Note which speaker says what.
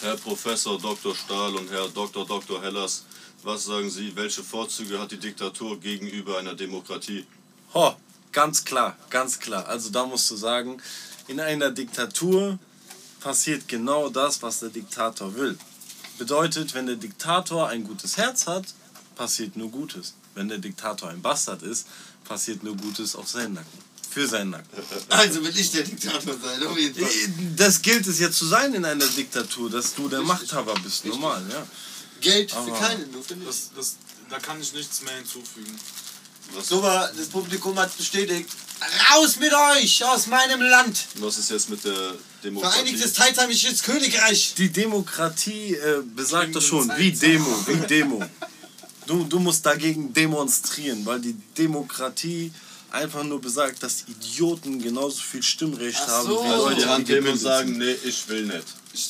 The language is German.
Speaker 1: Herr Professor Dr. Stahl und Herr Dr. Dr. Hellers, was sagen Sie, welche Vorzüge hat die Diktatur gegenüber einer Demokratie?
Speaker 2: Ho, ganz klar, ganz klar. Also da musst du sagen, in einer Diktatur passiert genau das, was der Diktator will. Bedeutet, wenn der Diktator ein gutes Herz hat, passiert nur Gutes. Wenn der Diktator ein Bastard ist, passiert nur Gutes auf seinen Nacken. Für seinen Nacken.
Speaker 3: Also will ich der Diktator sein, auf jeden Fall.
Speaker 2: Das gilt es ja zu sein in einer Diktatur, dass du der Machthaber bist. Normal, ja.
Speaker 3: Geld für
Speaker 2: Aber-
Speaker 3: keinen, nur für mich.
Speaker 4: Das, das, da kann ich nichts mehr hinzufügen.
Speaker 1: Was,
Speaker 3: So war, das Publikum hat bestätigt. Raus mit euch aus meinem Land!
Speaker 1: was ist jetzt mit der Demokratie?
Speaker 3: Vereinigtes Teilteimisches Königreich!
Speaker 2: Die Demokratie äh, besagt das schon,
Speaker 4: Zeit.
Speaker 2: wie Demo, wie Demo. Du, du musst dagegen demonstrieren, weil die Demokratie einfach nur besagt, dass Idioten genauso viel Stimmrecht
Speaker 3: Ach
Speaker 2: haben
Speaker 3: so.
Speaker 2: wie
Speaker 3: Also
Speaker 1: also
Speaker 2: Leute,
Speaker 1: die
Speaker 2: die
Speaker 1: Hand heben und
Speaker 2: gebildet
Speaker 1: sagen,
Speaker 2: sind.
Speaker 1: nee, ich will nicht.
Speaker 3: Ich